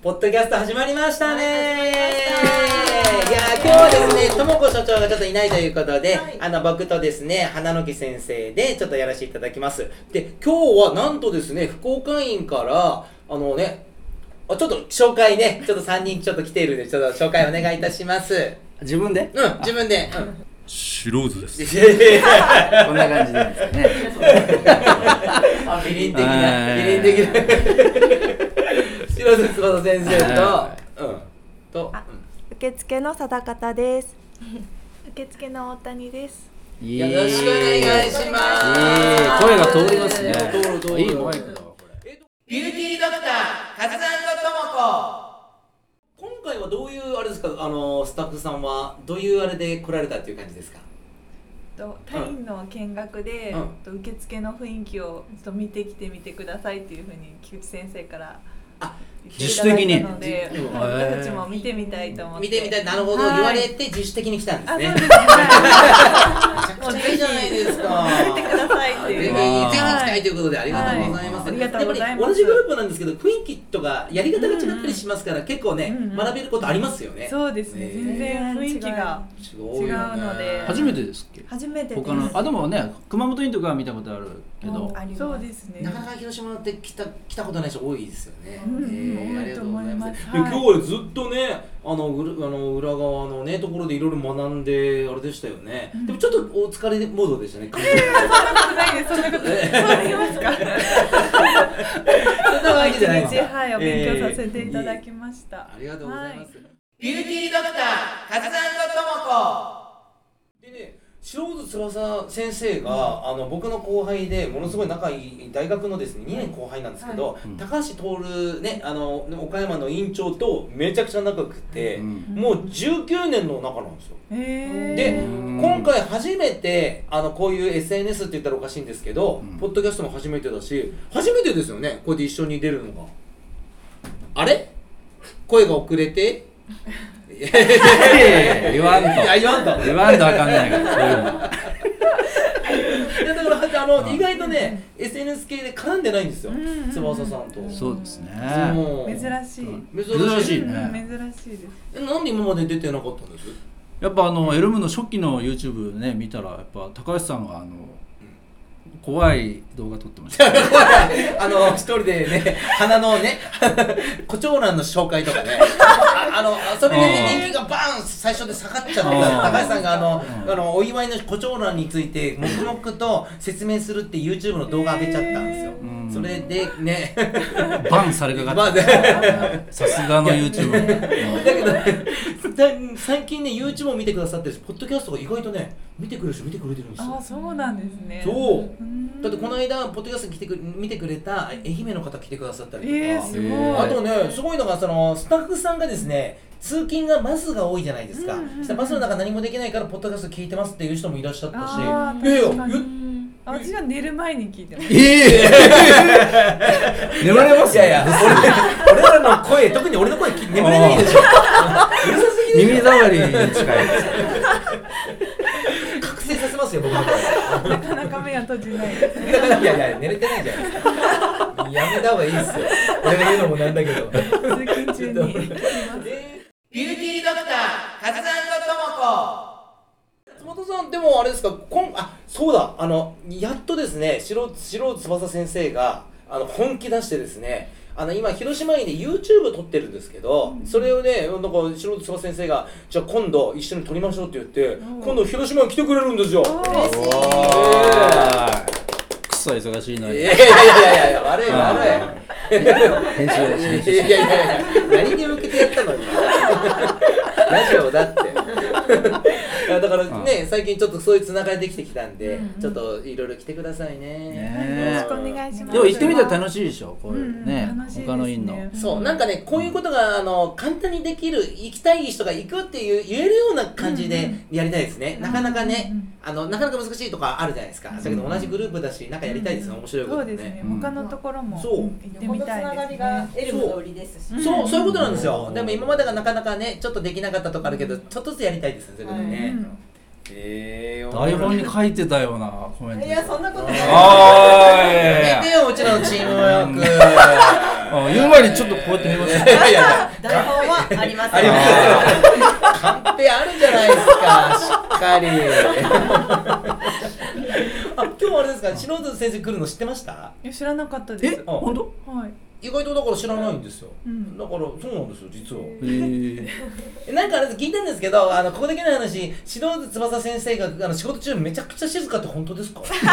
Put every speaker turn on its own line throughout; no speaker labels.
ポッドキャスト始まりましたね、
はい
いやー今日はですねともこ所長がちょっといないということで、
はい
あの僕とですね花の木先生でちょっとやらせていただきますで今日はなんとですね福岡院からあのねあちょっと紹介ねちょっと3人ちょっと来ているんでちょっと紹介お願いいたします
自分で
うん自分で、うん
シローズです。
こんな感じなんですかね。
あビリン的
は
ないビリン 的な白瀬翼先生
は
とうんと
あ
うん
受付の定方です。
受付の大谷です。
よ
よろしくお願いします。
え声が通りますね
通る通。る
いいマイクだわ、これ。
ビューティードクター、カズともこ。今回はどういうあれですか、あのスタッフさんはどういうあれで来られたっていう感じですか。
とタイの見学で、
うん
と受付の雰囲気をちょっと見てきてみてくださいっていうふうに菊池先生から
あ
言っていただいたので
自主的に
はい
へー
私たちも見てみたいと思って
見てみたい、なるほど、
はい
言われて自主的に来たんで
あ
す
そう
ね。め
ですね
ちゃくちゃいいじゃないですか。
はい見てくださいって
ぜひ、ぜひ
いう
うわー
来たいということでありがとうございます。
はいありがとうございま
でもね、同
す
じグループなんですけど、雰囲気とかやり方が違ったりしますから、結構ね
うんうん、
学べることありますよね。
そうですね全然雰囲気が
違
違う
よね
ので
初めてですっけ
初めてです。
他の、あ、でもね、熊本院とかは見たことあるけど
もう、あります
そうですね
なかなか広島って来た来たことない人多いですよね。
うん
ええ
多いと思います
ありがとうございますで今日はずっとね、あのぐるあの裏側のねところでいろいろ学んであれでしたよね。でもちょっとお疲れモードで したね。
ないですそん なことないそうありますか
そんなわけじゃないです
一日はいお勉強させていただきました、
ありがとうございます
は。
ビューティードクター、カズさんとともこ。でね、白津翼先生が、あの僕の後輩でものすごい仲いい大学のですね、2年後輩なんですけど、
い
高橋徹ね、あの岡山の院長とめちゃくちゃ仲良くて、
うん
もう19年の仲なんですよ。
えー、
で
うん
今回初めてあのこういう SNS って言ったらおかしいんですけど、
うん
ポッドキャストも初めてだし初めてですよねこれで一緒に出るのがあれ声が遅れていやい
いやいやいや言わんと。
や言わんと
言わんとあかんないから、そういうの。
いやだからあの意外とね SNS 系で絡んでないんですよ、
うんうんうん
翼さんと
そうですね。
そう
珍しい、
珍
珍
し
し
い
い
うん
ね
珍しいです
えなんで今まで出てなかったんです
やっぱあの、エルムの初期の YouTube ね、見たら、やっぱ高橋さんがあの、怖い動画撮ってました。
あの一人でね花のね胡蝶蘭の紹介とかねああのそれで
うん
人気がバーン最初で下がっちゃって
うん
高橋さんがあの,、
うん
あのお祝いの胡蝶蘭について黙々と説明するって YouTube の動画上げちゃったんですよ、
うん
それでね
バンされかか
まあ
っ
ね
た。さすがの YouTube。うん
だけどねだ最近ね YouTube を見てくださってるしポッドキャストが意外とね見てくれる人見てくれてるんです
あ
よ
あそうなんですね
そう
うん
だってこの間ポッドキャストに来てくれ見てくれた愛媛の方来てくださったりとか、
えー、すごい、
えー
あとね、すごいのがそのスタッフさんがですね、通勤がバスが多いじゃないですか。
うんうんうん
そしたらバスの中何もできないからポッドキャスト聞いてますっていう人もいらっしゃったし、
あー
いやいや
確かに
言っ
あ私は寝る前に聞いてます
ええ眠れます
いやいや、 俺俺らの声、特に俺の声聞眠れないでしょ。うるさすぎる
耳障りに近いです
覚醒させますよ僕の声。
なかなか目が閉じないです
だからいやいや寝れてないじゃないですか。やめた方がいいですよ。俺が言うのもなんだけど。
通勤 中に聞きます
ビューティードクター、カズさんとともこ。松本さん、でもあれですか、こんあそうだ、あのやっとですね、白白翼先生があの本気出してですね、あの今、広島にで YouTube 撮ってるんですけど、それをね、なんか白翼先生が、じゃあ今度、一緒に撮りましょうって言って、今度、広島に来てくれるんですよ。
クソ忙しいの
い
に
やいやいやいやいや、悪い悪い。
編集編
い
集
やいやいやいや何に向けてやったの今ラジオだっていやだからね、最近ちょっとそういうつながりできてきたんで、ちょっといろいろ来てくださいね
ね
よろしくお願いします。
でも行ってみたら楽しいでしょこ
う
れ
ん
ね
楽しいですね
他の院の
そうなんかねこういうことがあの簡単にできる行きたい人が行くっていう言えるような感じでやりたいですね、なかなかね、あのなかなか難しいとかあるじゃないですか、だけど同じグループだしなんかやりたいですね、面白いこ
そ
と
うですね、
うん
他のところも
そう
行ってみたいですね
エルムの売りですし。
そう、そういうことなんですよ。でも今までがなかなかね、ちょっとできなかったとかあるけど、ちょっとずつやりたいですね、それでもね。えー
台本に書いてたようなコメント
いやそんなことない。
あーいやいやい
や
や
めてよ、うちらのチームワーク。
あ言う前にちょっとこうやって見ました
いやいや
台本はありません
ありませんカンペあるじゃないですかしっかり あ今日あれですか篠津先生来るの知ってました
いや知らなかったで
え
す。
本当
はい。
意外とだから知らないんですよ、
うん
だからそうなんですよ実は
えー、
えなんかあれ聞いたんですけどあのここだけの話篠津翼先生があの仕事中めちゃくちゃ静かって本当 ですかいや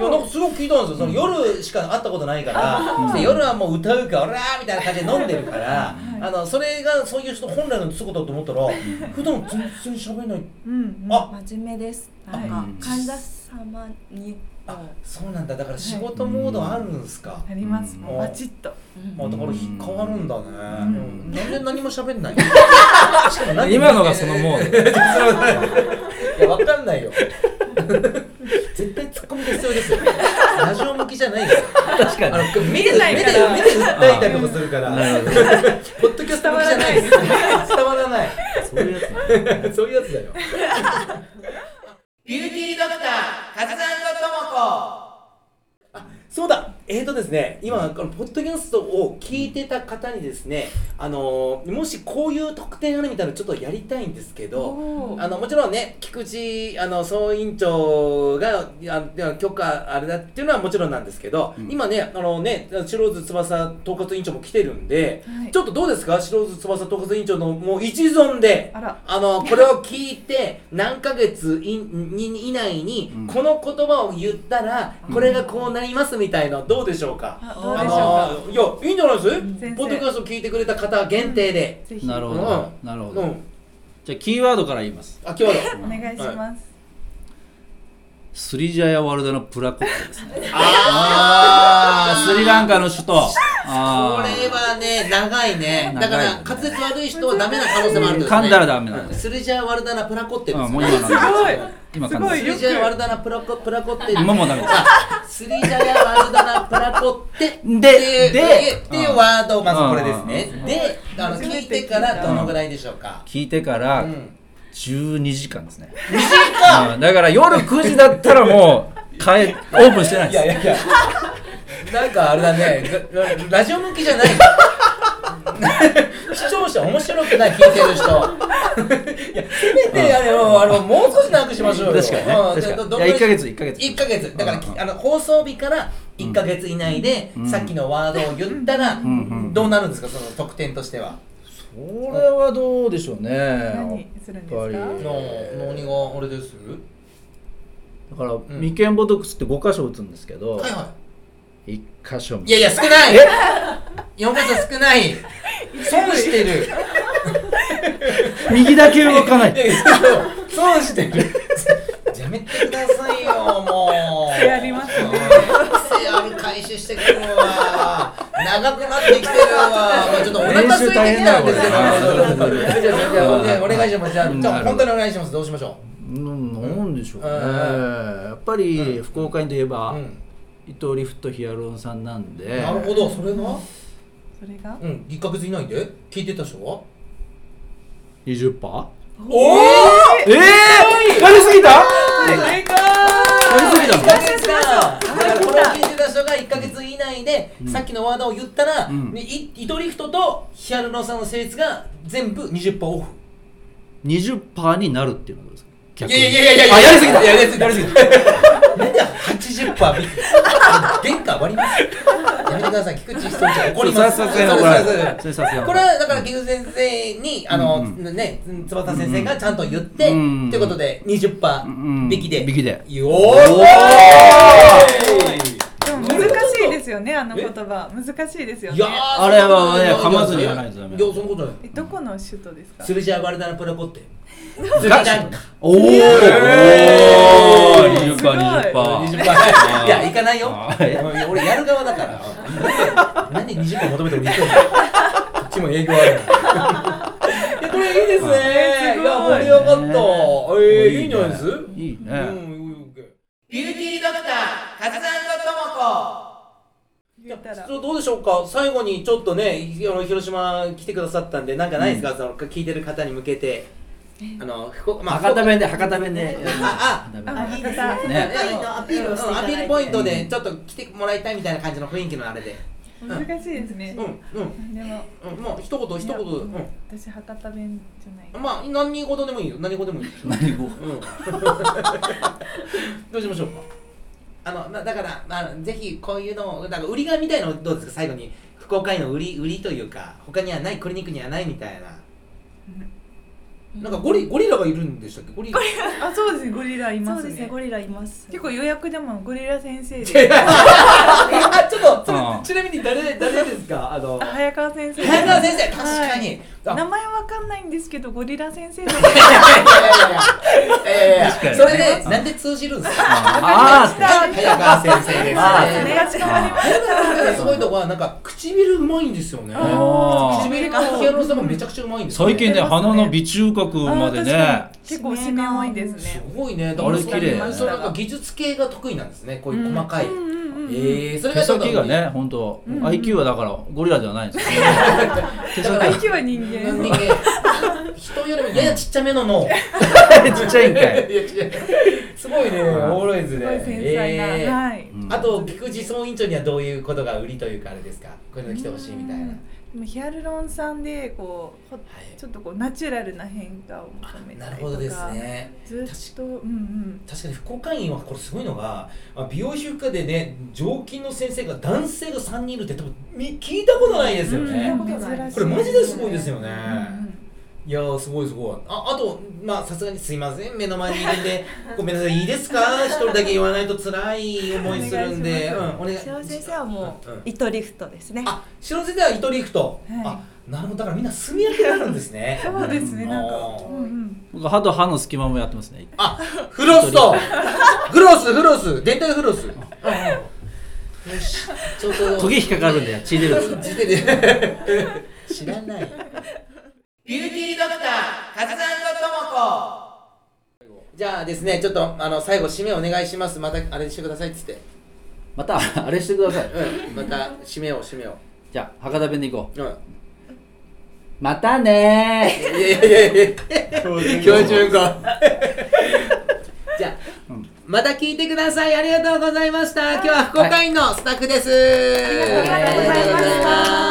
なんかすごく聞いたんですよその夜しか会ったことないからで夜はもう歌うか「オラー!」みたいな感じで飲んでるから
うん
あのそれがそういう人本来の姿だと思ったら普段全然喋んない
うん。
あ
真面目です。
はい
なんか
うん
患者様に
あそうなんだだから仕事モードあるんすか、
あります。
うん
もうバチッと。
まあだから変わるんだね、うん、なんで何も喋 んないしかも何
今のがそのもう
いや、わかんないよ。 絶対ツッコミが必要ですよ。ラジオ向きじゃ ないですよ。
確
あ
か
の目で
見えない
目
か
で
ら
目で訴えたりとかするから、
なるほ
ポッドキャスト向きじゃないです。 伝わらない。
そういうや つ
そういうやつだよ。
ビューティードクターカズと
そうだ。えーとですね、今このポッドキャストを聞いてた方にですね、あのーもしこういう特典あるみたいなのちょっとやりたいんですけど。
もこ。
あのもちろんね菊池あの総委員長があの許可あれだっていうのはもちろんなんですけど、
うん
今ねあのね白津翼統括委員長も来てるんで、
はい
ちょっとどうですか白津翼統括委員長のもう一存で。
あら。
あのこれを聞いて何ヶ月いに以内に
うん
この言葉を言ったら
うん
これがこうなりますみたいなどうでしょうか、
あどうで
あ
しょう
の
か。
いやいいんじゃないです
先生
ポッドキャスト聞いてくれた方限定で、
ぜひ。
なるほどなるほ
う
ど
ん、
じゃあキーワードから言います
あ今日だ
お願いします。
スリジャヤワルダのプラコットですね
あ
あースリランカの首都
こ
あー
れはね、長いね。
長
だ
い
から、滑舌悪い人はダメな可能性もあるんですね。
噛んだらダメなんです
スルジャーワルダナプラコッテです
うんも
よ
う今なんです今
す
感
ごい
じ
ス
で
ル
よ
ジャーワルダナプラコプラコッテ。
今もうダメです
あスルジャーワルダナプラコッテ。
で
って
で
いうっていうワードをまずこれです
う
ね
ん。
で、あの
初
聞
め
い
て聞
て
いた
からどのぐらいでしょうか。
聞いてか
う
ら
ん。
12時間ですね
短っ
うんだから夜9時だったらもう変えオープンしてない
いやい
で
やいや。 なんかあれだね、ラララジオ向きじゃない。視聴者面白くない聞いてる 人。いや、せめてあれを、あのもう少し長くしましょうよ。
確かにね
うん
確かに
じゃあど
い
ど
や
んぐらい
一ヶ月一ヶ月
一ヶ月。だから、き
うんうん
あの放送日から一ヶ月以内で、
うん
さっきのワードを言ったら、
んうん
どうなるんですか、その得点としては。
すそれはどうでしょうね
何するんですか。
やっぱり
の何があれです。
だから、
ん
眉間ボトックスって5箇所打つんですけど、
はいは
一1箇所も
い。いやいや少ない。四箇所少 ない。損してる。
右だけ動かな い
いやいやそう損してる。やめてくださいよ、もう。
癖ありますね
癖ある回収してくるわ。長くなってきてるわ。まあ、ちょっとお腹空いてきたんですけど。
練習大変だよこれ
じゃあじゃあじゃあお願いします。じゃあ、
うん
じゃあ本当にお願いします。どうしましょ
うんなんでしょうね、
うん
やっぱり福岡にといえ
う。
ば、
うん。
伊藤リフトヒアルロン酸なんで
なるほど、それが。
それが。
うん、一ヶ月以内で聞いてた人は。
20パ
おお。
ーええー、やりすぎたや
正解。
りすぎたの
だからこれを聞いてた人が1か月以内で、さっきのワードを言ったら、
うん
ねいイトリフトとヒアルロン酸の性質が全部20%オフ
20パーになるっていうのはどうですか逆に
やいやい
あやりすぎた
やりすぎたやりすぎたなんで80%ビッグ原価割りますやめてください菊池一人じゃ怒ります
それさすがに怒られる
そうですそうです
それさすがに怒
こ
ら
れ
れる
はだから菊池先生にあの、
うん
ね翼先生がちゃんと言って、
うん
ということで20%
うん
引きで、
引きで
よー
おー
でも難しいですよね、あの言葉。難しいですよ
い
ね
や。ー
あれはね
そんなこと
噛まずにやらないとダメ
いやそんなことない
えどこの首都ですか。
スルジャーバルダナプラコってスルジャ
ガチ
ー
おーお
え
ー
ー20パー
す
20パー
20%いや行かないよ
あ
うん俺やる側だから何で20分求めてもいいと思うこっちも営業あるいやこれいいですね
えすご
い
い
や盛り上がったえーいいんじゃないです
いいね、
うん
ビューティードクターカズ
言ったら。
そうどうでしょうか最後にちょっとねあの広島来てくださったんでなんかないですか、その聞いてる方に向けてあの福岡まあ
博多弁で博多弁で
あ
ダメ
あ、いいです
ね
あの
アピールをしていただいて
うんアピールポイントでちょっと来てもらいたいみたいな感じの雰囲気のあれで
難しいですね
う。んうん
でも
うんまあ一言一言
いや
うん
私博多弁じゃない。
まあ何事でもいいよ何事でもいいよ
何語
うん、どうしましょうかあのなだから、まあ、ぜひこういうのをなんか売りがみたいなのどうですか最後に福岡への売り売りというか他にはないクリニックにはないみたいな、なんかゴリゴリラがいるんでしたっけゴリラ
あそうですねゴリラい
そ
ま
う
す
で
ね。
すね、ゴリラいます。
結構予約でもゴリラ先生で。
あちょっとそれ
うん
ちなみに誰誰ですかあの
あ早川先生。
早川先生確かに、あ
名前わかんないんですけどゴリラ先生で。
いやいやいやいやいやいや
確かに
それでなんで通じるんですか
あーあ
早川先生ですね
あー
ね
ーあ
早川先生のすごいとこはなんか唇うまいんですよね
あー
唇がヒアルロン酸がめちゃくちゃうまいんですよね
最近ね鼻の微中隔まで
あー確かに
ね
結構しめ多いです
す
ね。
ごいね。だ
あれ綺麗
そうそうなんか技術系が得意なんですね。こういう細かい。ええー、それ
手
がちょっと
先が。ね本当、
うん
IQ はだからゴリラじゃないんですよ手
だ
先
から
IQ は人
人
間。
間人よりもややちっちゃめの脳。
ちっちゃいんかい
いや違うすごいね。
はい
おもろいです
す
ね。
ごい繊細な。
えー
はい。
うん
あと菊池総委員長にはどういうことが売りというかあれですか。こういうの来てほしいみたいな。
うん
は
でもヒアルロン酸でこうほ
い
ちょっとこうナチュラルな変化を求め
な
た
る
り
ほど
と
です
か。
ね。
ずっとうん
確かに福岡院はこれすごいのがあ美容皮膚科でね常勤の先生が男性が3人いるって多分み聞いたことないですよ
うん。
ね、
うん珍しい
これマジですごいですよね、
うんうん
いやーすごいすごいああとまあさすがにすいません目の前にいるんでごめんなさいいいですか一人だけ言わないと辛い思いするんで
お願いし
うん
ます
お願い
白先生はも
うんう、
うん糸リフトですね。
あ白先生は糸リフト、
はい
あなるほどだからみんな住み分けになるんですね
そうですねなんか
あー
うんうん
僕歯と歯の隙間もやってますね
あ、フロスと、フロス、フロス、電体フロス。よし、ちょっと
トゲ引っかかるんだよ血出るや つ
ついてる。知らない。
ビューティードクター、カズともこ。
じゃあですね、ちょっとあの最後締めお願いします。またあれしてくださいっつって。
またあれしてください
うん、また締めを締めを。
じゃあ博多弁でいこう
うん。
またね
いやいやいやいや。標準語。じゃあ、
うん
また聞いてください。ありがとうございました。今日は福岡院のスタッフです。
ありがとうございました
ありがとうございます